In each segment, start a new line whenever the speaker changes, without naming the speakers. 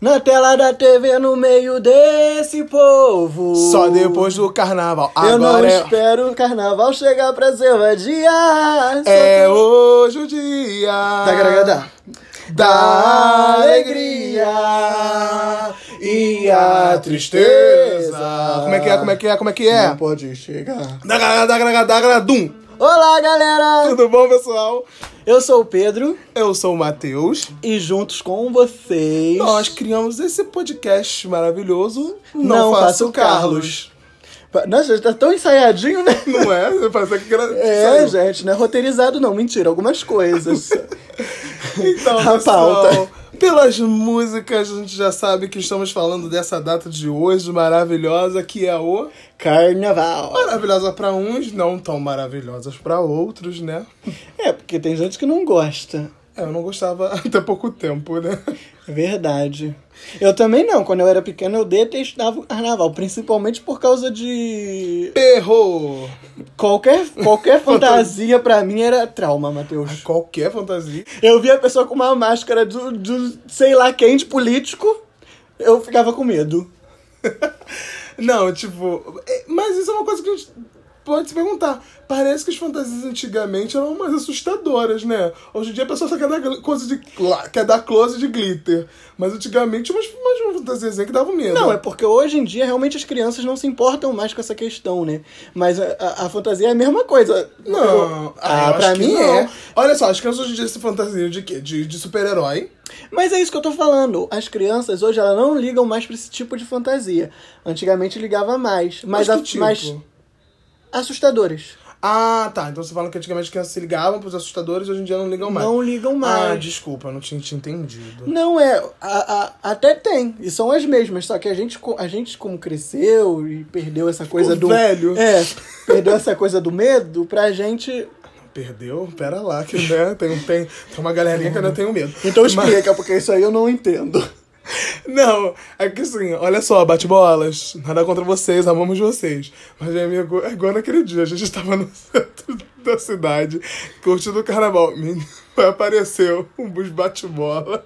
Na tela da TV, no meio desse povo.
Só depois do carnaval.
Eu não
Agora é-
espero o carnaval chegar pra ser vadia.
é hoje o dia.
Tá garagada.
da alegria e a tristeza. Como é que é? Como é que é? Como é que é?
Não pode chegar.
Dagra, dagra, dagra, dum.
Olá, galera!
Tudo bom, pessoal?
Eu sou o Pedro
Eu sou o Matheus.
e juntos com vocês.
Nós criamos esse podcast maravilhoso.
Não faço
faço
Carlos. Pa- Nossa, tá tão ensaiadinho, né?
Não é? Parece que era...
É,
saiu.
gente, não é roteirizado, não. Mentira, algumas coisas.
Então,
A
pessoal,
pauta.
pelas músicas, a gente já sabe que estamos falando dessa data de hoje maravilhosa, que é o...
Carnaval.
Maravilhosa pra uns, não tão maravilhosas pra outros, né?
É, porque tem gente que não gosta.
É, eu não gostava até pouco tempo, né?
É Verdade. Eu também não. Quando eu era pequeno, eu detestava o carnaval. Principalmente por causa de.
Perro!
Qualquer, qualquer fantasia pra mim era trauma, Matheus.
Qualquer fantasia.
Eu via a pessoa com uma máscara do, do sei lá quem de político, eu ficava com medo.
Não, tipo. é, Mas isso é uma coisa que a gente pode se perguntar. Parece que as fantasias antigamente eram mais assustadoras, né? Hoje em dia a pessoa só quer dar gl- coisa de. lá, quer dar close de glitter. Mas antigamente tinha umas, umas fantasias que davam medo.
Não, é porque hoje em dia realmente as crianças não se importam mais com essa questão, né? Mas a, a- a fantasia é a mesma coisa.
Não,
Eu- ah,
eu acho
pra
que
mim
não.
é.
Olha só, as crianças hoje em dia se fantasiam de quê? De, de super-herói.
Mas é isso que eu tô falando. As crianças hoje elas não ligam mais pra esse tipo de fantasia. Antigamente ligava mais, mas, tipo?
que tipo,
a- mas assustadoras.
Ah, tá. Então você fala que antigamente as crianças se ligavam pros assustadores hoje em dia não ligam mais.
Não ligam
Ah,
mais.
desculpa, eu não tinha te entendido.
Não é, a- a- até tem, e são as mesmas, só que a gente, co- a gente como cresceu e perdeu essa coisa do...
velho.
É, perdeu essa coisa do medo, pra gente...
Perdeu? Pera lá, que né? Tem, tem, tem uma galerinha que ainda tem medo.
Então
Mas-
explica, porque isso aí eu não entendo.
Não, é que assim, olha só, bate-bolas. Nada contra vocês, amamos vocês. Mas, meu amigo, é igual naquele dia, a gente estava no centro da cidade, curtindo o carnaval. Menino, apareceu um bus bate-bola.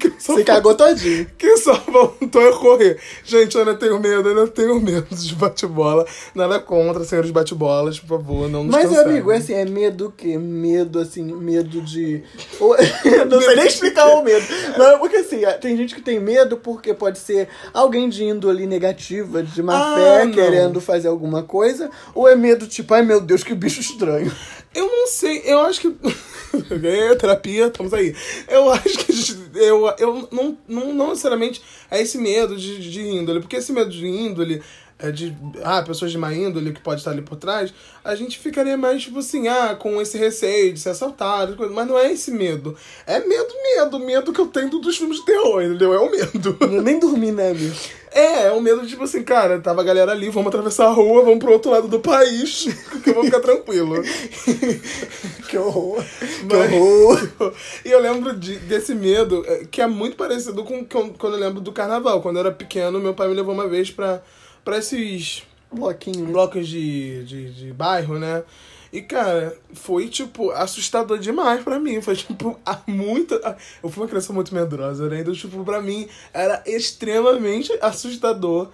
que só
Você cagou todinho.
Que só voltou a correr. Gente, eu ainda tenho medo, eu ainda tenho medo de bate-bola. Nada contra, senhores bate-bolas, por favor, não nos
Mas,
cancelem.
amigo, é assim, é medo o quê? Medo, assim, medo de... Ou- Eu não sei nem explicar o medo. Não, porque assim, tem gente que tem medo porque pode ser alguém de índole negativa, de má
Ah,
fé,
não.
querendo fazer alguma coisa, ou é medo tipo, ai meu Deus, que bicho estranho.
Eu não sei, eu acho que. é, terapia, estamos aí. Eu acho que a gente, eu, eu não, não, não necessariamente é esse medo de, de índole, porque esse medo de índole, é de ah, pessoas de má índole que pode estar ali por trás, a gente ficaria mais tipo assim, ah, com esse receio de ser assaltado, coisa, mas não é esse medo. É medo, medo, medo que eu tenho do- dos filmes de terror, entendeu? É o medo.
Eu nem dormi, né, bicho?
É, é um medo de, tipo assim, cara, tava a galera ali, vamos atravessar a rua, vamos pro outro lado do país, que eu vou ficar tranquilo.
Que horror. Que
Mas-
horror.
E eu lembro de- desse medo, eh, que é muito parecido com, com- quando eu lembro do carnaval. Quando eu era pequeno, meu pai me levou uma vez pra, pra esses
Bloquinho. né?
blocos de, de, de bairro, né? E, cara, foi, tipo, assustador demais pra mim. Foi, tipo, a- muito... a- Eu fui uma criança muito medrosa, né? Então, tipo, pra mim, era extremamente assustador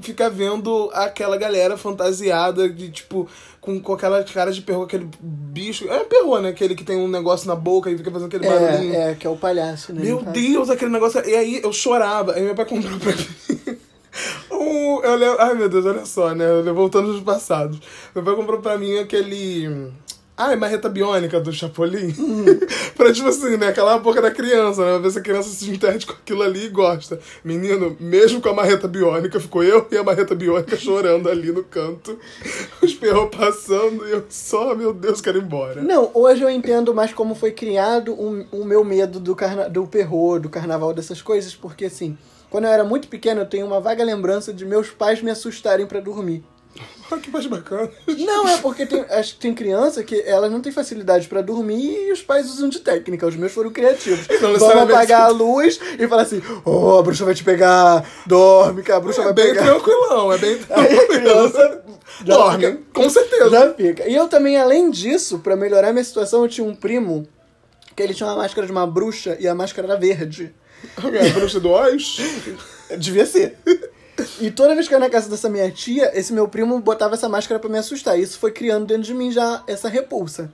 ficar vendo aquela galera fantasiada de, tipo, com, com aquela cara de perro, aquele bicho... É perro, né? Aquele que tem um negócio na boca e fica fazendo aquele barulhinho.
É, é, que é o palhaço, né?
Meu
no caso.
Deus, aquele negócio. E aí eu chorava. Aí meu pai comprou pra mim. Um, eu lembro, ai meu Deus, olha só, né? Eu Voltando nos passados. Meu pai comprou pra mim aquele. Ai, marreta biônica do Chapolin. pra tipo assim, né? Aquela boca da criança, né? Pra ver se a criança se entende com aquilo ali e gosta. Menino, mesmo com a marreta biônica, ficou eu e a marreta biônica chorando ali no canto. Os perros passando e eu só, meu Deus, quero ir embora.
Não, hoje eu entendo mais como foi criado o, o meu medo do, carna do perro, do carnaval, dessas coisas, porque assim, quando eu era muito pequeno, eu tenho uma vaga lembrança de meus pais me assustarem pra dormir.
Olha que mais bacana.
Não, é porque tem, acho que tem criança que elas não têm facilidade pra dormir e os pais usam de técnica. Os meus foram criativos.
Não
Vamos
necessariamente-
apagar a luz e falar assim: Ô, a bruxa vai te pegar, dorme, que a bruxa
É
vai
bem
pegar.
tranquilão, é bem
Aí a
tranquilo.
criança já
Dorme,
fica-
com certeza.
Já fica. E eu também, além disso, pra melhorar minha situação, eu tinha um primo que ele tinha uma máscara de uma bruxa e a máscara era verde.
Okay, bruxa é, do Oz?
Devia ser. E toda vez que eu ia na casa dessa minha tia, esse meu primo botava essa máscara pra me assustar. Isso foi criando dentro de mim já essa repulsa.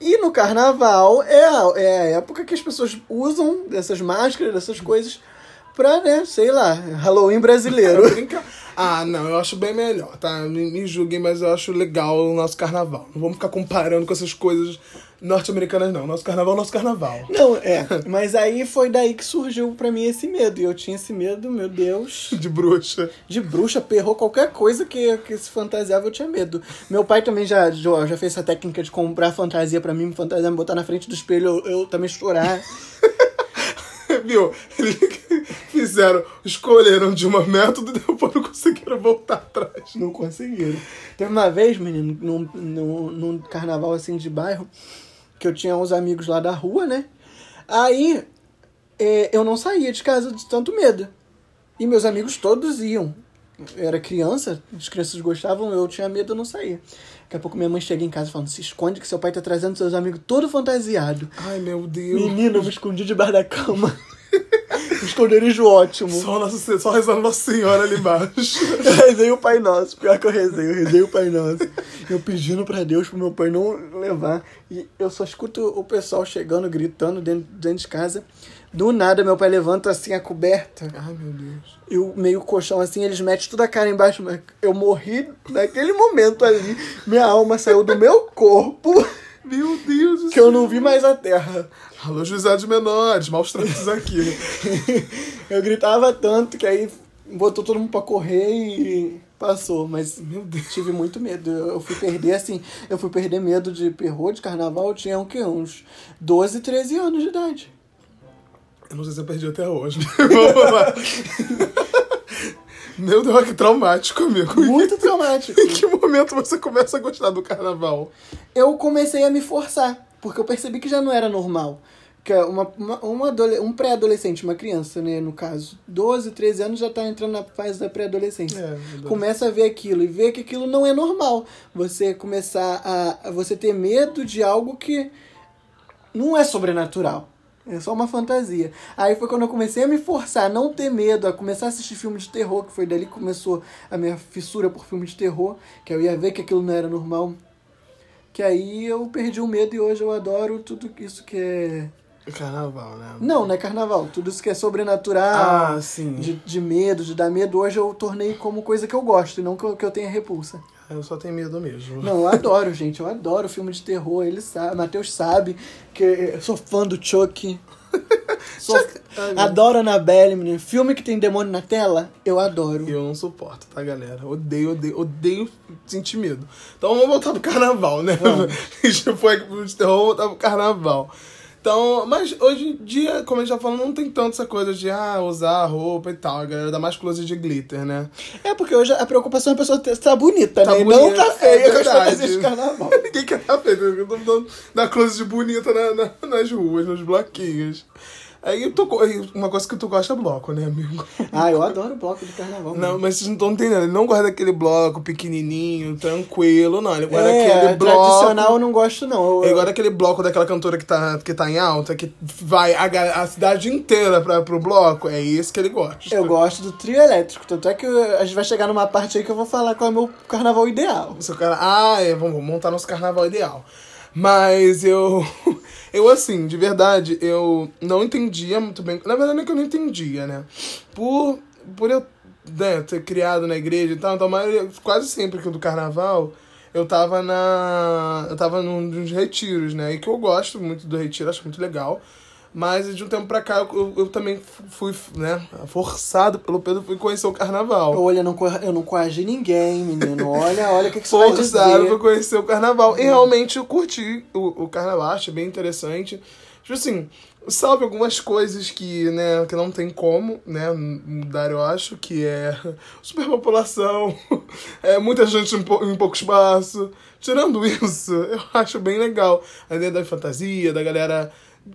E no carnaval é a, é a época que as pessoas usam essas máscaras, dessas coisas, pra, né, sei lá, Halloween brasileiro.
Brinca- Ah, não, eu acho bem melhor, tá? Me, me julguem, mas eu acho legal o nosso carnaval. Não vamos ficar comparando com essas coisas norte-americanas, não. Nosso carnaval é nosso carnaval.
Não, é. Mas aí foi daí que surgiu pra mim esse medo. E eu tinha esse medo, meu Deus.
De bruxa.
De bruxa, perrou qualquer coisa que, que se fantasiava, eu tinha medo. Meu pai também já, já, já fez essa técnica de comprar fantasia pra mim, me fantasiar, me botar na frente do espelho, eu, eu também chorar.
Viu? Eles fizeram, escolheram de uma método e depois não conseguiram voltar atrás.
Não conseguiram. Teve uma vez, menino, num, num, num carnaval assim de bairro, que eu tinha uns amigos lá da rua, né? Aí é, eu não saía de casa de tanto medo. E meus amigos todos iam. Eu era criança, as crianças gostavam, eu tinha medo, eu não saía. Daqui a pouco minha mãe chega em casa falando: se esconde que seu pai tá trazendo seus amigos todo fantasiado.
Ai, meu Deus.
Menino, eu me escondi debaixo da cama. Esconderijo ótimo.
Só, nossa, só rezando Nossa Senhora ali embaixo.
Eu rezei o Pai Nosso, pior que eu rezei, eu rezei o Pai Nosso. Eu pedindo pra Deus pro meu pai não levar. E eu só escuto o pessoal chegando, gritando dentro, dentro de casa. Do nada, meu pai levanta assim a coberta.
Ai, meu Deus.
E o meio colchão assim, eles metem toda a cara embaixo. mas Eu morri naquele momento ali. Minha alma saiu do meu corpo,
Meu Deus do
que eu não vi mais a terra.
Alô, juizado de menores, maus tratos aqui.
Eu gritava tanto que aí botou todo mundo pra correr e passou. Mas, meu Deus, tive muito medo. Eu eu fui perder, assim, eu fui perder medo de perro de carnaval. Eu tinha o quê? Uns 12, 13 anos de idade.
Eu não sei se eu perdi até hoje. Vamos lá. Meu Deus, que traumático, amigo.
Muito traumático.
Em que momento você começa a gostar do carnaval?
Eu comecei a me forçar, porque eu percebi que já não era normal. Que é uma, uma, um adole- um pré-adolescente, uma criança, né, no caso, 12, 13 anos já tá entrando na fase da pré-adolescência.
É,
começa a ver aquilo e ver que aquilo não é normal. Você começar a, a você ter medo de algo que não é sobrenatural. É só uma fantasia. Aí foi quando eu comecei a me forçar a não ter medo, a começar a assistir filme de terror, que foi dali que começou a minha fissura por filme de terror, que eu ia ver que aquilo não era normal. Que aí eu perdi o medo e hoje eu adoro tudo isso que é.
carnaval, né?
Não, não é carnaval, tudo isso que é sobrenatural.
Ah, sim.
De, de medo, de dar medo, hoje eu tornei como coisa que eu gosto e não que eu, que eu tenha repulsa.
Eu só tenho medo mesmo.
Não, eu adoro, gente. Eu adoro filme de terror. Ele sabe, Matheus sabe que eu sou fã do Chuck. Sou, adoro Annabelle, menino. Filme que tem demônio na tela, eu adoro.
Eu não suporto, tá, galera? Odeio, odeio, odeio sentir medo. Então vamos voltar pro carnaval, né? A gente foi aqui pro terror, vamos voltar pro carnaval. Então, mas hoje em dia, como a gente já falou, não tem tanto essa coisa de ah, usar roupa e tal. A galera dá mais close de glitter, né?
É porque hoje a preocupação é a pessoa estar bonita,
Tá
né? E Não
bonita,
tá
é
feia com as
verdade.
fantasias de carnaval.
Ninguém quer tá feito. Eu tô dando da close de bonita na- na- nas ruas, nos bloquinhos. Aí eu tô. co- aí Uma coisa que tu gosta é bloco, né, amigo?
Ah, eu adoro bloco de carnaval.
Não, mas vocês não estão entendendo. Ele não guarda aquele bloco pequenininho, tranquilo, não. Ele guarda
é,
aquele bloco.
tradicional eu não gosto, não. Eu-
Ele guarda aquele bloco daquela cantora que tá, que tá em alta, que vai a, ga- a cidade inteira pra, pro bloco. É isso que ele gosta.
Eu gosto do trio elétrico, tanto é que eu- a gente vai chegar numa parte aí que eu vou falar qual é o meu carnaval ideal.
Seu cara, ah, é, vamos montar nosso carnaval ideal. Mas eu. Eu, assim, de verdade, eu não entendia muito bem. Na verdade, não é que eu não entendia, né? Por, por eu né, ter criado na igreja e tal, então, a maioria- quase sempre que do carnaval. Eu tava na. Eu tava num dos retiros, né? E que eu gosto muito do retiro, acho muito legal. Mas de um tempo pra cá eu, eu, eu também fui, né? Forçado pelo Pedro, fui conhecer o carnaval.
Olha, eu não, co- eu não coagi ninguém, menino. Olha, olha o que, que você vai
forçaram pra
dizer.
conhecer o carnaval. E realmente eu curti o, o carnaval, achei bem interessante. Tipo assim, salve algumas coisas que, né, que não tem como, né, mudar, eu acho, que é superpopulação, é muita gente em, pou- em pouco espaço. Tirando isso, eu acho bem legal a ideia da fantasia, da galera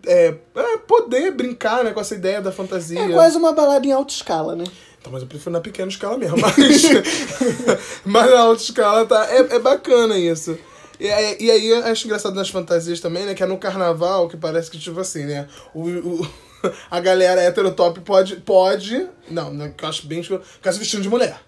é, é, poder brincar, né, com essa ideia da fantasia.
É quase uma balada em alta escala, né?
Tá, mas eu prefiro na pequena escala mesmo. Mas, mas na alta escala tá. É, é bacana isso. E, aí- e aí eu acho engraçado nas fantasias também, né? Que é no carnaval que parece que, tipo assim, né? O, o, a galera heterotop pode. pode não, não, que eu acho bem. tipo, escroto, Ficar se vestindo de mulher.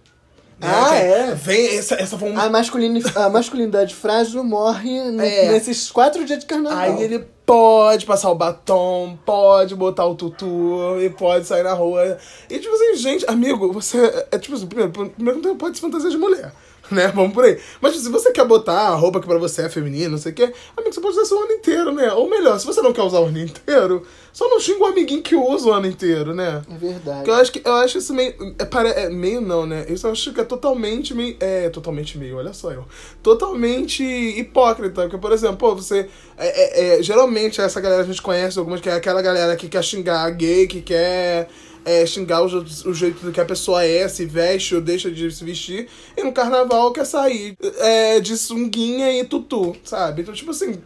Né?
Ah,
Que
é? Ah,
Vem essa, essa vontade.
A, masculini- a masculinidade frágil morre no-
É.
nesses quatro dias de carnaval.
Aí ele pode passar o batom, pode botar o tutu e pode sair na rua. E tipo assim, gente, amigo, você. é, É tipo assim, primeiro, primeiro não pode se fantasiar de mulher. Né? Vamos por aí. Mas tipo, se você quer botar a roupa que pra você é feminina, não sei o quê, amigo, você pode usar seu ano inteiro, né? Ou melhor, se você não quer usar o ano inteiro, só não xinga o amiguinho que usa o ano inteiro, né?
É verdade.
Porque eu acho que eu acho isso meio. É, pare- é, meio não, né? Isso eu acho que é totalmente meio. É, totalmente meio, olha só eu. Totalmente hipócrita. Porque, por exemplo, pô, você. é, é, é, geralmente essa galera a gente conhece algumas, que é aquela galera que quer xingar gay, que quer. é, xingar o, je- o jeito que a pessoa é, se veste ou deixa de se vestir. E no carnaval quer sair é, de sunguinha e tutu, sabe? Então, tipo assim,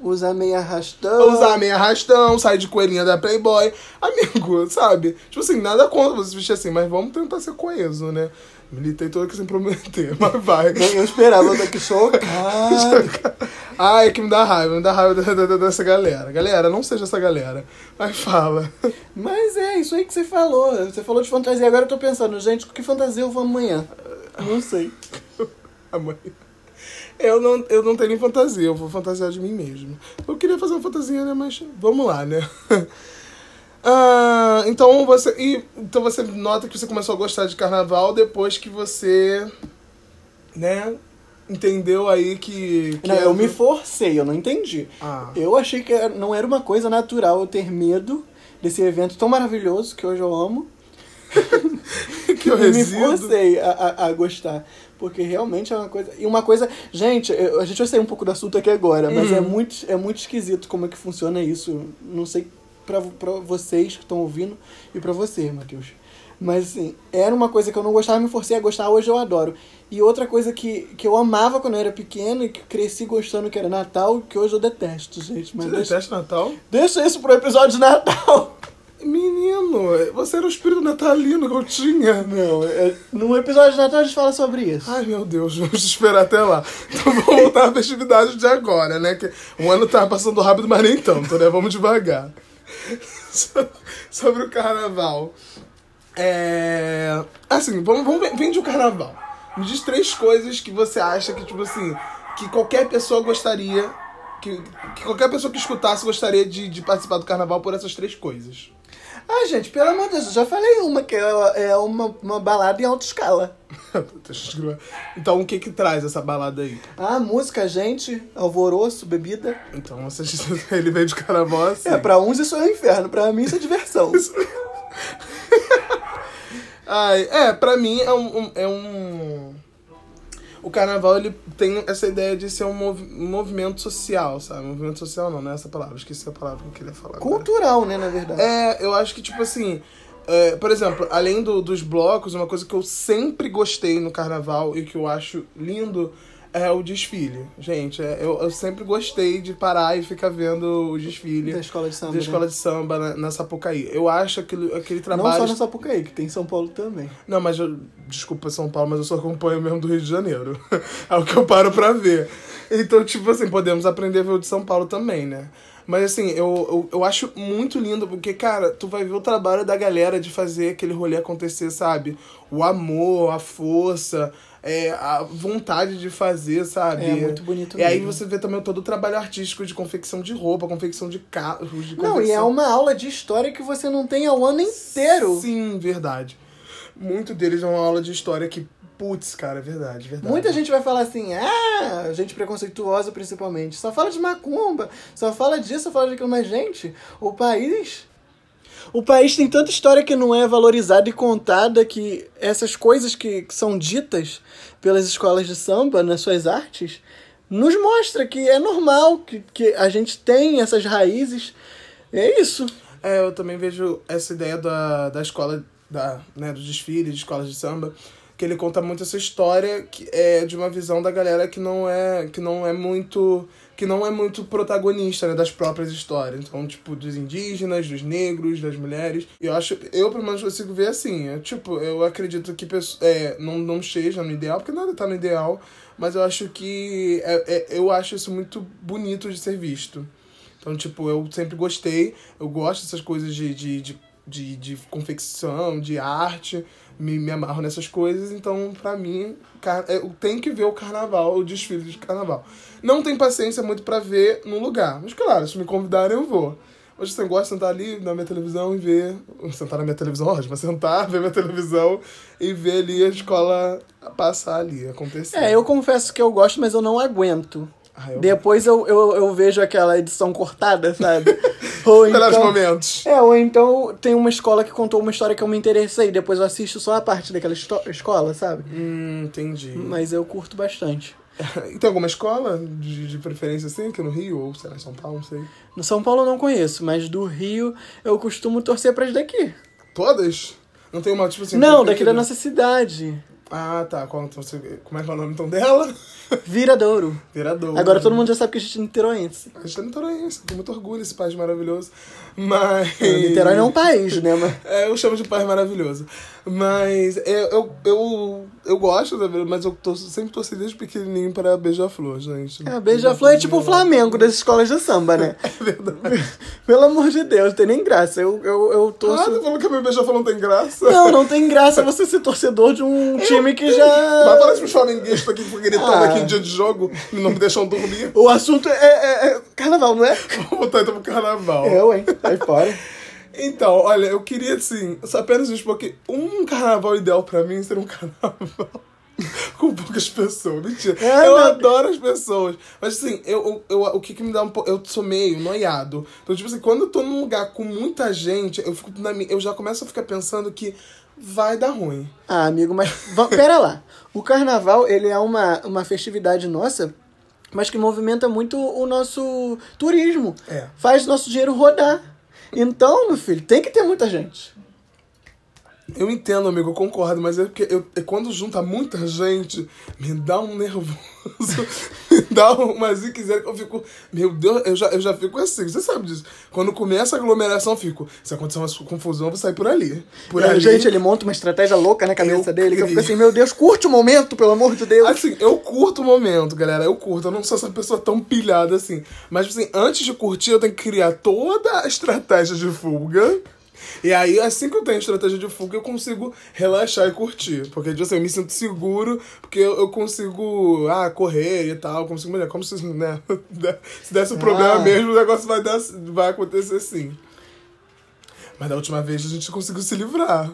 Usar meio arrastão.
usar meia arrastão, sair de coelhinha da Playboy. Amigo, sabe? Tipo assim, nada contra você se vestir assim, mas vamos tentar ser coeso, né? Militei todo que sem prometer, mas vai.
Nem eu esperava, eu tô aqui chocado.
Ai, que me dá raiva, me dá raiva da- da- da- dessa galera. Galera, não seja essa galera. Vai, fala.
Mas é, isso aí que você falou. Você falou de fantasia, agora eu tô pensando, gente, com que fantasia eu vou amanhã? Não sei.
Amanhã. Ah, Eu não, eu não tenho nem fantasia, eu vou fantasiar de mim mesmo. Eu queria fazer uma fantasia, né? Mas vamos lá, né? Ah, então você. e- então você nota que você começou a gostar de carnaval depois que você. né? Entendeu aí que. que
Não,
era-
eu me forcei, eu não entendi.
Ah.
Eu achei que era- não era uma coisa natural eu ter medo desse evento tão maravilhoso que hoje eu amo.
que eu
e me
resido.
forcei a, a- a gostar. Porque realmente é uma coisa. E uma coisa. Gente, eu- a gente vai sair um pouco do assunto aqui agora, mas
Uhum.
é, muito, é muito esquisito como é que funciona isso. Não sei pra, pra vocês que estão ouvindo e pra você, Matheus. Mas assim, era uma coisa que eu não gostava, me forcei a gostar, hoje eu adoro. E outra coisa que, que eu amava quando eu era pequeno e que cresci gostando, que era Natal, que hoje eu detesto, gente. Mas
Você
deixa,
detesta Natal?
deixa isso pro episódio de Natal.
Menino, você era o espírito natalino que eu tinha.
Não, é- no episódio de Natal a gente fala sobre isso.
Ai, meu Deus, vamos esperar até lá. Então vamos voltar à festividade de agora, né? Que o ano tá passando rápido, mas nem tanto, né? Vamos devagar. So- Sobre o carnaval. É. Assim, vamos, vamos ver- vem de um carnaval. Me diz três coisas que você acha que, tipo assim, que qualquer pessoa gostaria. Que, que qualquer pessoa que escutasse gostaria de, de participar do carnaval por essas três coisas.
Ah, gente, pelo amor de Deus, eu já falei uma, que é é uma, uma balada em alta escala.
Deixa eu escrever. Então o que que traz essa balada aí?
Ah, música, gente, alvoroço, bebida.
Então você ele veio de carnaval assim.
É, pra uns isso é um inferno, pra mim isso é diversão.
Ai, é, pra mim é um, um- é um. O carnaval ele tem essa ideia de ser um movi- movimento social, sabe? Movimento social não, não é essa palavra, esqueci a palavra que eu queria falar. agora.
Cultural, né, na verdade.
É, eu acho que, tipo assim. é, por exemplo, além do- dos blocos, uma coisa que eu sempre gostei no carnaval e que eu acho lindo é o desfile. Gente, é, eu, eu sempre gostei de parar e ficar vendo o desfile
Da escola de samba.
É, da
né?
escola de samba na, na Sapucaí. Eu acho aquele, aquele
Não
trabalho.
só na Sapucaí, que tem em São Paulo também.
Não, mas eu, desculpa São Paulo, mas eu só acompanho mesmo do Rio de Janeiro. é o que eu paro pra ver. Então, tipo assim, podemos aprender a ver o de São Paulo também, né? Mas assim, eu, eu, eu acho muito lindo, porque, cara, tu vai ver o trabalho da galera de fazer aquele rolê acontecer, sabe? O amor, a força, é, a vontade de fazer, sabe?
É, muito bonito
E aí
mesmo.
você vê também todo o trabalho artístico de confecção de roupa, confecção de carros, de
Não, e é
confecção-
uma aula de história que você não tem ao ano inteiro.
Sim, verdade. Muito deles é uma aula de história que, putz, cara, é verdade, verdade.
Muita gente vai falar assim, ah, gente preconceituosa principalmente, só fala de macumba, só fala disso, só fala daquilo, mas gente, o país. O país tem tanta história que não é valorizada e contada que essas coisas que, que são ditas pelas escolas de samba nas suas artes nos mostra que é normal, que, que a gente tem essas raízes. É isso.
É, eu também vejo essa ideia da, da escola, da, né, do desfile, de escolas de samba, que ele conta muito essa história que é de uma visão da galera que não é, que não é muito que não é muito protagonista né, das próprias histórias. Então, tipo, dos indígenas, dos negros, das mulheres. E eu acho, eu pelo menos consigo ver assim. É, tipo, eu acredito que pesso- é, não, não esteja no ideal, porque nada tá no ideal, mas eu acho que. é- é- eu acho isso muito bonito de ser visto. Então, Então, tipo, eu sempre gostei, eu gosto dessas coisas de, de, de, de, de confecção, de arte, me, me amarro nessas coisas, então, pra mim, car- é, eu tenho que ver o carnaval, o desfile de carnaval. Não tenho paciência muito pra ver no lugar, mas claro, se me convidarem eu vou. Hoje eu gosto de sentar ali na minha televisão e ver. Sentar na minha televisão, ótimo, mas sentar, ver minha televisão e ver ali a escola passar ali, acontecer.
É, eu confesso que eu gosto, mas eu não aguento.
Ah, eu-
Depois eu, eu, eu vejo aquela edição cortada, sabe? ou
Melhores
então...
momentos.
É, ou então tem uma escola que contou uma história que eu me interessei, depois eu assisto só a parte daquela esto- escola, sabe?
Hum, entendi.
Mas eu curto bastante.
E tem alguma escola de, de preferência assim, aqui no Rio, ou sei lá, em São Paulo, não sei.
No São Paulo eu não conheço, mas do Rio eu costumo torcer pras daqui.
Todas? Não tem uma, tipo assim.
não, daqui da
preferida?
nossa cidade.
Ah, tá. Qual, então, você- como é que é o nome então dela?
Viradouro.
Vereador.
Agora todo mundo já sabe que a gente é niteroense.
A gente tá niteroense, com muito orgulho esse país maravilhoso. Mas.
Niterói não é um país, né? Mas...
É, eu chamo de pai maravilhoso. Mas é, eu, eu, eu gosto, da- mas eu tô, sempre torci desde pequenininho pra beija-flor, gente.
É, Beija-Flor é tipo o Flamengo das escolas de samba, né?
É verdade.
Pelo amor de Deus, tem nem graça. Eu, eu, eu
Ah,
torço.
tu falou que a minha beija-flor não tem graça?
Não, não tem graça você ser torcedor de um time que já.
Mas parece um flamenguista aqui gritando
Ah.
aqui em dia de jogo e não me deixam dormir.
O assunto é, é- é carnaval, não é?
Vou botar então pro carnaval.
Eu, hein? Sai fora.
Então, olha, eu queria, assim, só apenas expor que um carnaval ideal pra mim seria um carnaval com poucas pessoas. Mentira.
É,
eu
né?
adoro as pessoas. Mas, assim, eu, eu, eu- o que, que me dá um pouco. Eu sou meio noiado. Então, tipo assim, quando eu tô num lugar com muita gente, eu, fico na, mi- eu já começo a ficar pensando que vai dar ruim.
Ah, amigo, mas va- pera lá. O carnaval, ele é uma, uma festividade nossa, mas que movimenta muito o nosso turismo.
É.
Faz nosso dinheiro rodar. Então, meu filho, tem que ter muita gente.
Eu entendo, amigo, eu concordo, mas é porque eu, é quando junta muita gente, me dá um nervoso, me dá uma ziquezera que eu fico, meu Deus, eu já, eu já fico assim, você sabe disso. Quando começa a aglomeração, eu fico, se acontecer uma su- confusão, eu vou sair por ali. Por
É,
ali.
Gente, ele monta uma estratégia louca na cabeça
Eu
dele, que eu fico
queria.
assim, meu Deus, curte o momento, pelo amor de Deus.
Assim, eu curto o momento, galera. Eu curto. Eu não sou essa pessoa tão pilhada assim. Mas, assim, antes de curtir, eu tenho que criar toda a estratégia de fuga. E aí, assim que eu tenho a estratégia de fuga, eu consigo relaxar e curtir. Porque, tipo assim, eu me sinto seguro, porque eu, eu consigo, ah, correr e tal. eu Consigo melhor. Como se, né, se desse o problema mesmo, o negócio vai, dar, vai acontecer sim. Mas da última vez a gente conseguiu se livrar.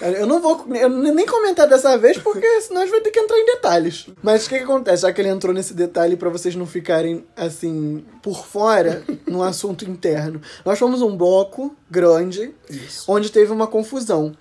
Eu não vou eu nem comentar dessa vez, porque senão a gente vai ter que entrar em detalhes. Mas o que, que acontece? Já que ele entrou nesse detalhe pra vocês não ficarem, assim, por fora num assunto interno. Nós fomos um bloco grande,
Isso.
onde teve uma confusão.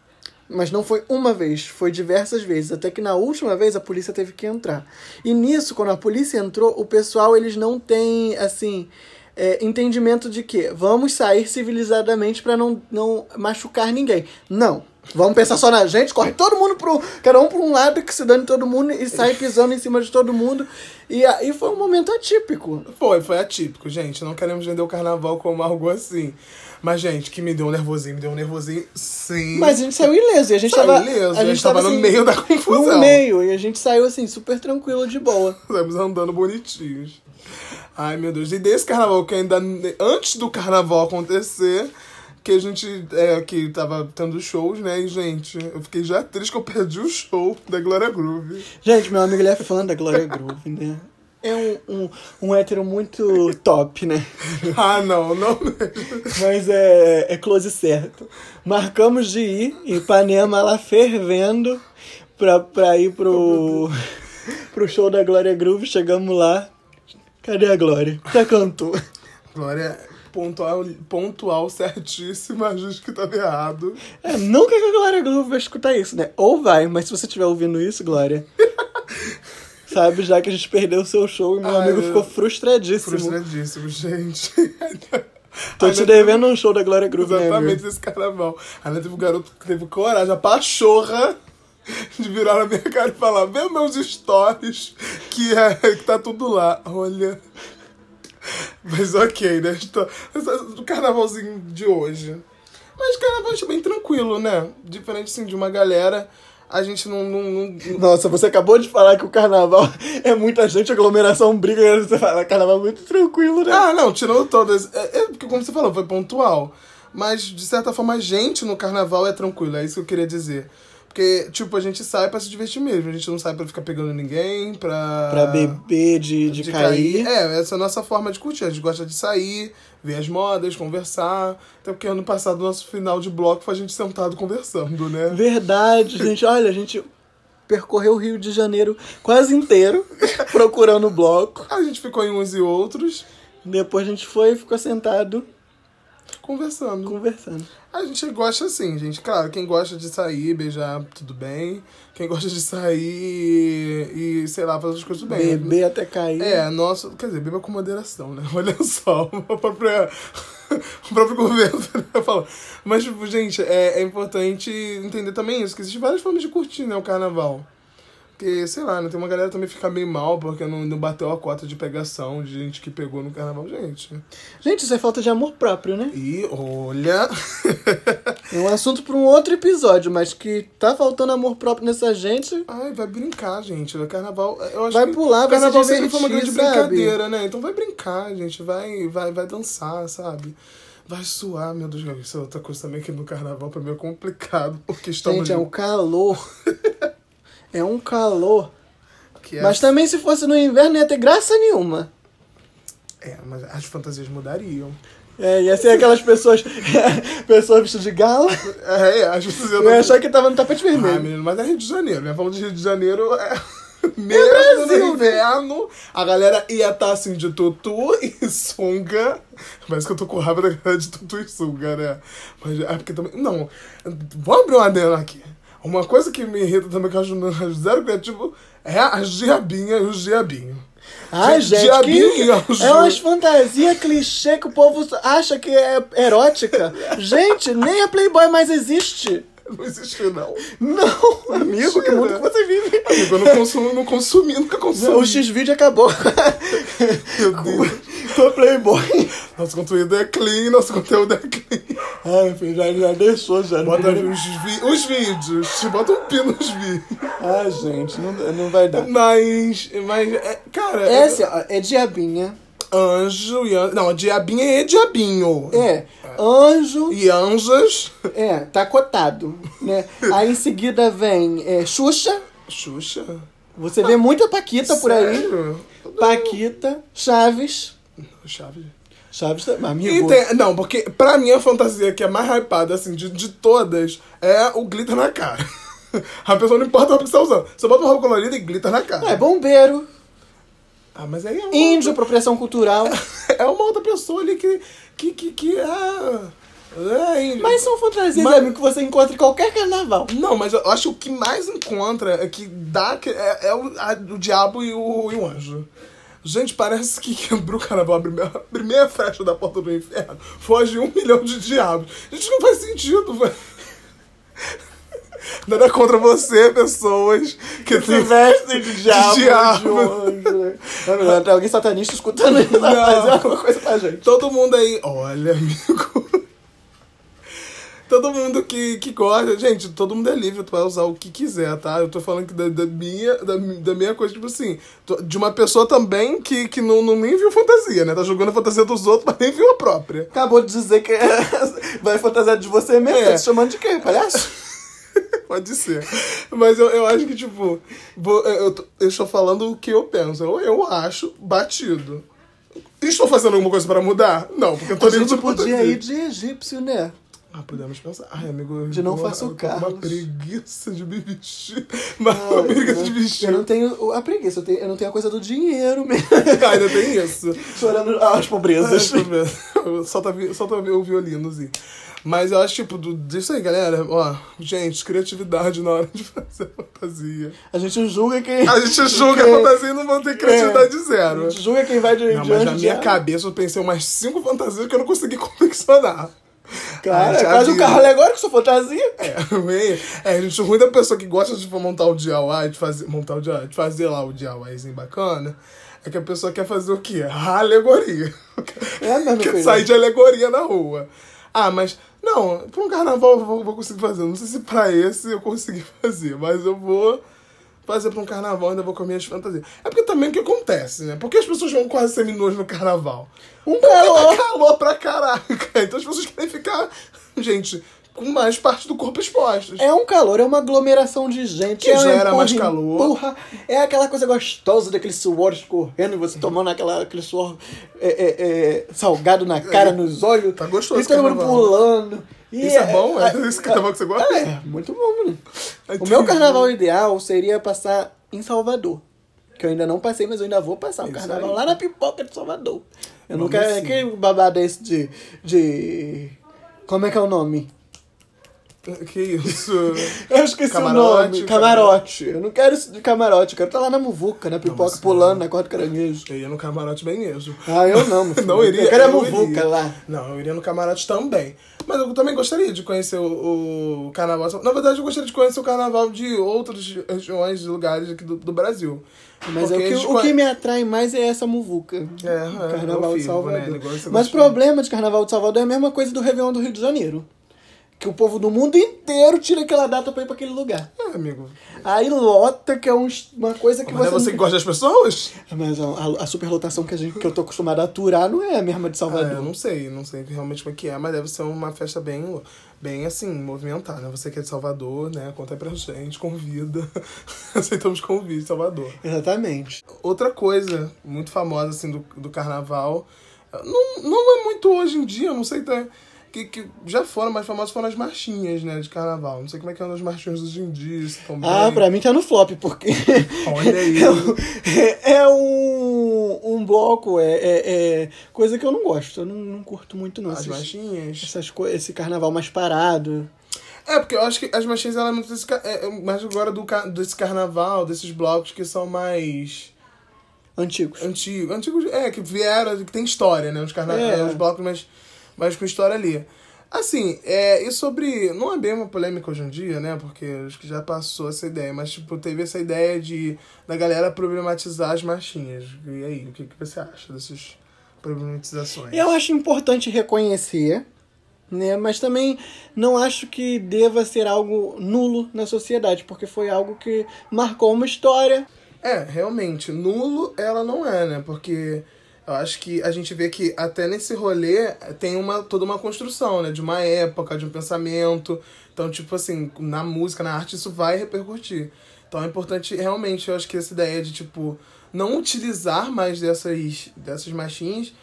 Mas não foi uma vez, foi diversas vezes. Até que na última vez a polícia teve que entrar. E nisso, quando a polícia entrou, o pessoal eles não têm, assim, é, entendimento de que vamos sair civilizadamente pra não, não machucar ninguém. Não. Vamos pensar só na gente, corre todo mundo pro. Cada um pra um lado que se dane todo mundo e sai pisando em cima de todo mundo. E aí foi um momento atípico.
Foi, foi atípico, gente. Não queremos vender o carnaval como algo assim. Mas, gente, que me deu um nervosinho, me deu um nervosinho, sim.
Mas a gente saiu ileso. E a gente
Saiu
tava. assim,
ileso, a gente tava no meio da confusão.
No meio. E a gente saiu assim, super tranquilo, de boa.
Estamos andando bonitinhos. Ai, meu Deus. E desse carnaval que ainda. Antes do carnaval acontecer, que a gente. É, que tava tendo shows, né? E, gente, eu fiquei já triste que eu perdi o show da Glória Groove.
Gente, meu amigo ele é fã da Glória Groove, né? É um, um, um hétero muito top, né?
ah, não, não mesmo.
Mas é, é close certo. Marcamos de ir, Ipanema lá fervendo, pra, pra ir pro, pro show da Glória Groove. Chegamos lá. Cadê a Glória? Tá Já cantou.
Glória é pontual, pontual certíssima, diz que tava errado.
É, nunca que a Glória Groove vai escutar isso, né? Ou vai, mas se você estiver ouvindo isso, Glória. Sabe, já que a gente perdeu o seu show e meu
Ai,
amigo
eu-
ficou frustradíssimo.
Frustradíssimo, gente.
Tô
Ainda
te devendo um show da Glória Groove, né,
Exatamente
amigo?
esse carnaval. Ainda teve um garoto que teve coragem, a pachorra, de virar na minha cara e falar: vê meus stories, que, é, que tá tudo lá. Olha. Mas ok, né? Estou- essa- O carnavalzinho de hoje. Mas carnaval é bem tranquilo, né? Diferente, assim, de uma galera. a gente não- não- não,
Nossa, você acabou de falar que o carnaval é muita gente, aglomeração, briga, e você fala, carnaval é muito tranquilo, né?
Ah, não, tirou todas. É, é porque, como você falou, foi pontual. Mas, de certa forma, a gente no carnaval é tranquilo, é isso que eu queria dizer. Porque, tipo, a gente sai pra se divertir mesmo. A gente não sai pra ficar pegando ninguém, pra.
pra beber, de, de, cair.
É, essa é a nossa forma de curtir. A gente gosta de sair, ver as modas, conversar. Até porque ano passado, nosso final de bloco foi a gente sentado conversando, né?
É Verdade, gente. Olha, a gente percorreu o Rio de Janeiro quase inteiro, procurando o bloco.
A gente ficou em uns e outros,
Depois a gente foi e ficou sentado,
conversando.
conversando.
A gente gosta assim, gente. Claro, quem gosta de sair, beijar, tudo bem. Quem gosta de sair e, sei lá, fazer as coisas, tudo bem.
Beber até cair.
É, nosso. Quer dizer, beba com moderação, né? Olha só, o próprio, o próprio governo né? fala. Mas, tipo, gente, é, é importante entender também isso, que existem várias formas de curtir, né, o carnaval. Porque, sei lá, né? Tem uma galera que também fica meio mal porque não, não bateu a cota de pegação de gente que pegou no carnaval, gente.
Gente, isso é falta de amor próprio, né?
E olha.
É um assunto pra um outro episódio, mas que tá faltando amor próprio nessa gente.
Ai, vai brincar, gente. O carnaval. Eu acho
Vai
que
pular, vai se
carnaval sempre foi uma grande
divertir, sabe?
brincadeira, né? Então vai brincar, gente. Vai, vai, vai dançar, sabe? Vai suar, meu Deus, isso é outra coisa também que no carnaval pra mim é complicado, porque estamos
Gente, é um
no-
calor. é um calor.
que é-
Mas também se fosse no inverno não ia ter graça nenhuma.
É, mas as fantasias mudariam.
É, ia ser aquelas pessoas. pessoas vestidas de gala.
É, é, as fantasias
Eu ia achar que tava no tapete
Ah,
vermelho.
menino, mas é Rio de Janeiro, né? Falando de Rio de Janeiro, é... mesmo no
Brasil, né?
inverno, a galera ia estar assim de tutu e sunga. Parece que eu tô com raiva da galera de tutu e sunga, né? Mas é porque também. Não, vou abrir um adendo aqui. Uma coisa que me irrita também, que eu acho zero criativo, é as diabinhas e os diabinhos.
Ai, gente,
Gente,
que...
diabinho, eu
é umas
juro.
fantasias clichê que o povo acha que é erótica. gente, nem a Playboy mais existe.
Não existe, não.
Não, amigo, que mundo que você vive.
Amigo, eu não consumo, não consumi, nunca consumi.
O X-Video acabou.
Meu Deus.
Tô Playboy.
Nosso conteúdo é clean, nosso conteúdo é clean.
Ai, filho, já, já deixou, já.
Bota os, vi- os vídeos, te bota um pino nos vídeos.
Ai, gente, não, não vai dar.
Mas, mas, é, cara,
É assim, ó, é diabinha.
anjo e anjo. Não, diabinha e diabinho.
É, anjo.
E anjas.
É, tá cotado, né? Aí em seguida vem é, Xuxa.
Xuxa.
Você vê muita Paquita É por aí.
Sério?
Paquita, Chaves.
Chave.
Chaves também,
E
amigo.
tem, não, porque pra mim a fantasia que é mais hypada, assim, de, de todas, é o glitter na cara. A pessoa não importa o que está usando. Só bota uma roupa colorida e glitter na cara.
É bombeiro,
Ah, mas aí é uma,
índio, apropriação cultural.
é uma outra pessoa ali que. que. que. que ah, é índio.
Mas são fantasias,
Mas-
amigo, que você encontra em qualquer carnaval.
Não, mas eu acho que o que mais encontra é que dá. que- É, é o, a- o diabo e o, e o anjo. Gente, parece que quebrou o carnaval. A primeira, a primeira festa da porta do inferno foge um milhão de diabos. Gente, não faz sentido, velho. Nada contra você, pessoas que
Se vestem de diabo, de
diabo.
anjo, né? Não, não, tem alguém satanista escutando isso, vai fazer alguma coisa pra gente.
Todo mundo aí. Olha, amigo. Todo mundo que, que gosta. Gente, todo mundo é livre, tu vai usar o que quiser, tá? Eu tô falando que da, da minha, da, mi- da minha coisa, tipo assim, tô- de uma pessoa também que, que não, não nem viu fantasia, né? Tá jogando a fantasia dos outros, mas nem viu a própria.
Acabou de dizer que vai fantasiar de você mesmo,
É.
tá te chamando de quê, palhaço?
Pode ser. Mas eu, eu acho que, tipo, vou- eu, eu, tô- eu estou falando o que eu penso. Eu, eu acho batido. Estou fazendo alguma coisa pra mudar? Não, porque eu tô
A
livre
gente
de
podia
fantasia.
ir tipo de egípcio, né?
Ah, podemos pensar. Ai, amigo, eu
De não
tô-
faça o
eu tô com
Carlos.
Uma preguiça de me vestir. Uma preguiça de vestir.
né? Eu não tenho a preguiça, eu, tenho, eu não tenho a coisa do dinheiro mesmo.
Ah, ainda tem isso.
Chorando as pobrezas.
Deixa eu ver. Solta, vi- solta o violinozinho. Mas eu acho, tipo, do, disso aí, galera. Ó, gente, criatividade na hora de fazer fantasia.
A gente julga quem.
A gente julga a fantasia e não vão ter criatividade zero.
A É. gente julga quem vai de,
Não,
de
mas na
anjo,
minha
de-
cabeça eu pensei umas cinco fantasias que eu não consegui confeccionar.
Cara,
Ah, já
faz um
vi.
carro alegórico, sua fantasia.
É, ruim. É, gente, o ruim da pessoa que gosta de montar o DIY, de fazer, montar o DIY, de fazer lá o DIYzinho bacana, é que a pessoa quer fazer o quê? A alegoria.
É mesmo,
Quer
filho.
sair de alegoria na rua. Ah, mas Não, pra um carnaval eu vou, vou conseguir fazer. Não sei se pra esse eu consegui fazer, mas eu vou fazer pra um carnaval ainda vou com as minhas fantasias. É porque também o que acontece, né? Porque as pessoas vão quase seminuas no carnaval. Um calor. calor pra caraca. Então as pessoas querem ficar, gente, com mais parte do corpo expostas.
É um calor, é uma aglomeração de gente.
Que
é um
gera
empurra,
mais calor.
empurra. é aquela coisa gostosa daquele suor escorrendo e você tomando aquela, aquele suor é, é, é, salgado na cara, nos olhos.
Tá gostoso
E todo mundo
carnaval.
pulando. E
Isso é bom? É esse carnaval que você gosta?
É, é muito bom, menino.
Ai,
O meu
que-
carnaval ideal seria passar em Salvador. Que eu ainda não passei, mas eu ainda vou passar o
Isso
carnaval
aí.
lá na pipoca de Salvador. Eu não
Vamos
quero
sim.
aquele babado esse de, de. Como é que é o nome?
Que isso.
Eu esqueci o
Camarote,
nome. Camarote. Eu não quero isso de camarote. Eu quero estar lá na muvuca, na pipoca, pulando na corda do caranguejo.
Eu ia no camarote bem mesmo.
Ah, eu não, meu filho.
Não iria.
Eu quero a
não
muvuca
iria.
lá.
Não, eu iria no camarote também. Mas eu também gostaria de conhecer o, o carnaval. Na verdade, eu gostaria de conhecer o carnaval de outras regiões e lugares aqui do, do Brasil.
Mas é o,
Porque
que,
eles
o
conhe-
que me atrai mais é essa muvuca.
É, é,
Carnaval de
eu vivo, né?
Salvador.
Ele gosta
Mas o
bastante.
problema de Carnaval de Salvador é a mesma coisa do Réveillon do Rio de Janeiro. Que o povo do mundo inteiro tira aquela data pra ir pra aquele lugar.
É, amigo.
Aí lota, que é um- uma coisa que
Mas não é
você.
você que gosta das pessoas?
Mas a, a superlotação que, a gente, que eu tô acostumado a aturar não é a mesma de
Ah, eu
Salvador.
não sei, não sei realmente como é que é, mas deve ser uma festa bem, bem assim, movimentada. Você que é de Salvador, né? Conta aí pra gente, convida. Aceitamos convite, Salvador.
Exatamente.
Outra coisa muito famosa, assim, do, do carnaval, não, não é muito hoje em dia, não sei até, que, que já foram, mas famosas foram as marchinhas, né, de carnaval. Não sei como é que andam as marchinhas hoje em dia, se estão
Ah,
bem.
pra mim tá no flop, porque.
Olha aí.
é um- É, é um, um bloco, é, é- é coisa que eu não gosto. Eu não, não curto muito, não.
As
Esses-
marchinhas.
essas co- esse carnaval mais parado.
É, porque eu acho que as marchinhas, ela é muito desse, ca- é, é mais agora do, ca- desse carnaval, desses blocos que são mais...
Antigos.
Antigo, antigo, é, que vieram, que tem história, né? Os carnavais,
É.
os blocos, mas, mas com história ali. Assim, é, e sobre. Não é bem uma polêmica hoje em dia, né? Porque acho que já passou essa ideia, mas, tipo, teve essa ideia de da galera problematizar as marchinhas. E aí, o que, que você acha dessas problematizações?
Eu acho importante reconhecer, né? Mas também não acho que deva ser algo nulo na sociedade, porque foi algo que marcou uma história.
É, realmente, nulo ela não é, né? Porque eu acho que a gente vê que até nesse rolê tem uma, toda uma construção, né? De uma época, de um pensamento. Então, tipo assim, na música, na arte, isso vai repercutir. Então é importante, realmente, eu acho que essa ideia de, tipo, não utilizar mais dessas, dessas machinhas,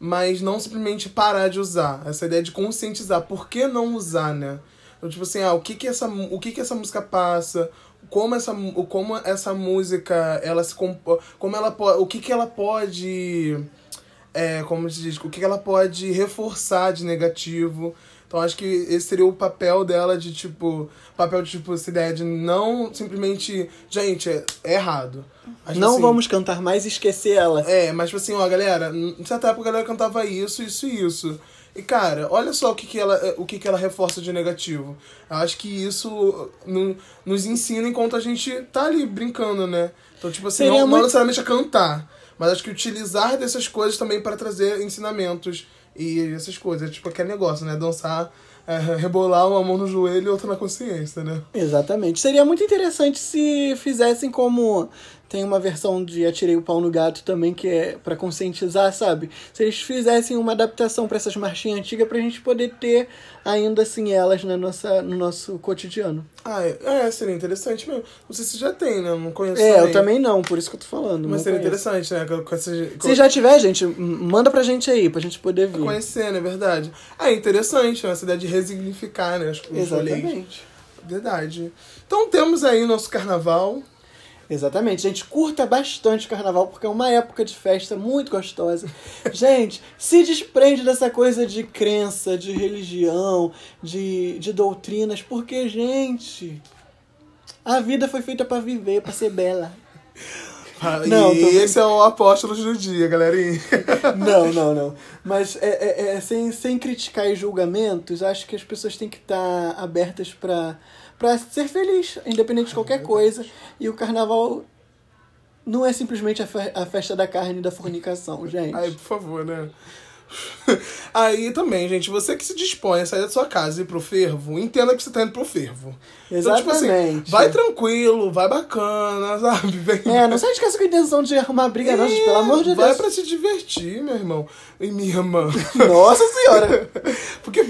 mas não simplesmente parar de usar. Essa ideia de conscientizar. Por que não usar, né? Então, tipo assim, ah, o que que essa, mu- o que que essa música passa, como essa, mu- o- como essa música, ela se compo- como ela po- o que que ela pode, é, como se diz, o que que ela pode reforçar de negativo. Então, acho que esse seria o papel dela de, tipo, papel de, tipo, essa ideia de não simplesmente, gente, é, é errado. Acho
não
assim,
vamos cantar mais e esquecer ela.
é, mas tipo assim, ó, galera, em certa época a galera cantava isso, isso e isso. E, cara, olha só o que, que ela o que, que ela reforça de negativo. Eu acho que isso uh, no- nos ensina enquanto a gente tá ali brincando, né? Então, tipo assim,
Seria
não, não
muito-
necessariamente a cantar, mas acho que utilizar dessas coisas também pra trazer ensinamentos e essas coisas. Tipo aquele negócio, né? Dançar, é, rebolar uma mão no joelho e outra na consciência, né?
Exatamente. Seria muito interessante se fizessem como tem uma versão de Atirei o Pau no Gato também que é pra conscientizar, sabe? Se eles fizessem uma adaptação pra essas marchinhas antigas pra gente poder ter ainda assim elas na nossa no nosso cotidiano.
Ah, é, é, seria interessante mesmo. Não sei se já tem, né? Não conheço
É, eu também não, por isso que eu tô falando. não
Mas seria
conheço.
interessante, né? Com- com essas- com-
Se já tiver, gente, m- manda pra gente aí, pra gente poder ver.
Conhecendo, é verdade. É interessante, né? Essa ideia de resignificar, né? Os, os rolês.
Exatamente.
Verdade. Então temos aí o nosso carnaval.
Exatamente. Gente, curta bastante o carnaval, porque é uma época de festa muito gostosa. gente, se desprende dessa coisa de crença, de religião, de, de doutrinas, porque, gente, a vida foi feita pra viver, pra ser bela. Não,
e
tô bem-
esse é o apóstolo do dia, galerinha.
Não, não, não. Mas é, é- é, sem, sem criticar e julgamentos, acho que as pessoas têm que estar abertas pra para ser feliz, independente de qualquer coisa. E o carnaval não é simplesmente a, fe- a festa da carne e da fornicação, gente.
Ai, por favor, né? Aí também, gente, você que se dispõe a sair da sua casa e ir pro fervo, entenda que você tá indo pro fervo. Então, tipo
Exatamente.
assim, vai tranquilo, vai bacana, sabe? Vem-
É, não sai de casa com a intenção de arrumar briga, não, gente, É, pelo amor de
Vai
Deus.
pra se divertir, meu irmão. E minha irmã.
Nossa senhora!
Porque.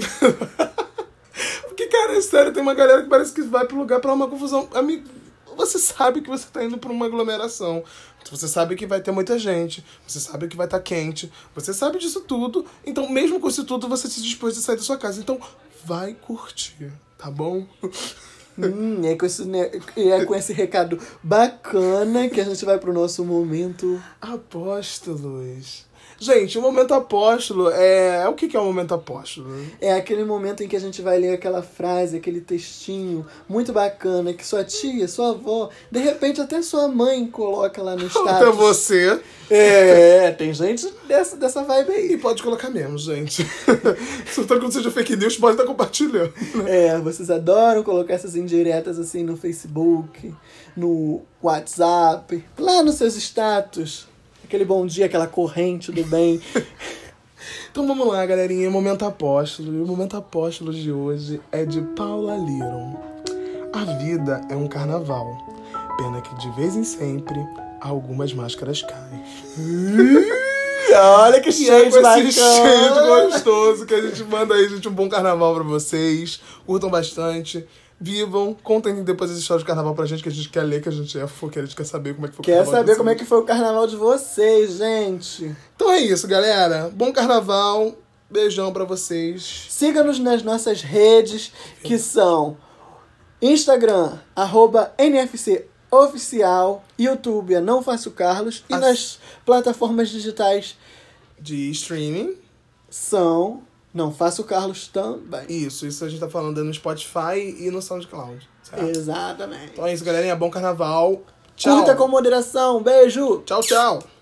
Porque, cara, é sério, tem uma galera que parece que vai pro lugar pra uma confusão. Amigo, você sabe que você tá indo pra uma aglomeração. Você sabe que vai ter muita gente. Você sabe que vai estar quente. Você sabe disso tudo. Então, mesmo com isso tudo, você se dispôs a sair da sua casa. Então, vai curtir, tá bom?
Hum, é com, esse, né, é com esse recado bacana que a gente vai pro nosso momento.
Apóstolos. Gente, o momento apóstolo é. O que que é o momento apóstolo?
É aquele momento em que a gente vai ler aquela frase, aquele textinho muito bacana que sua tia, sua avó, de repente até sua mãe coloca lá no
Até
status.
você.
É, tem gente dessa, dessa vibe aí.
E pode colocar mesmo, gente. Se tá quando seja fake news, pode estar compartilhando.
É, vocês adoram colocar essas indiretas assim no Facebook, no WhatsApp, lá nos seus status. Aquele bom dia, aquela corrente do bem.
Então vamos lá, galerinha. Momento apóstolo. E o momento apóstolo de hoje é de Paula Liron. A vida é um carnaval. Pena que de vez em sempre algumas máscaras caem.
Olha que
E é
cheio de
com esse cheiro
bacana.
gostoso que a gente manda aí, gente, um bom carnaval pra vocês. Curtam bastante. Vivam, contem depois as histórias de carnaval pra gente, que a gente quer ler, que a gente é fofoqueiro, a gente quer saber como é que foi o
Quer
carnaval de
saber como é
vocês.
que foi o carnaval de vocês, gente?
Então é isso, galera. Bom carnaval. Beijão pra vocês.
Siga-nos nas nossas redes, que são Instagram, arroba NFC Oficial, YouTube, é Não Faço Carlos, e
As-
nas plataformas digitais
De streaming.
são Não Faço Carlos também.
Isso, isso a gente tá falando no Spotify e no SoundCloud. certo? é
Exatamente.
Então é isso, galerinha. Bom carnaval. Tá. Tchau.
Curta com moderação. Beijo!
Tchau, tchau.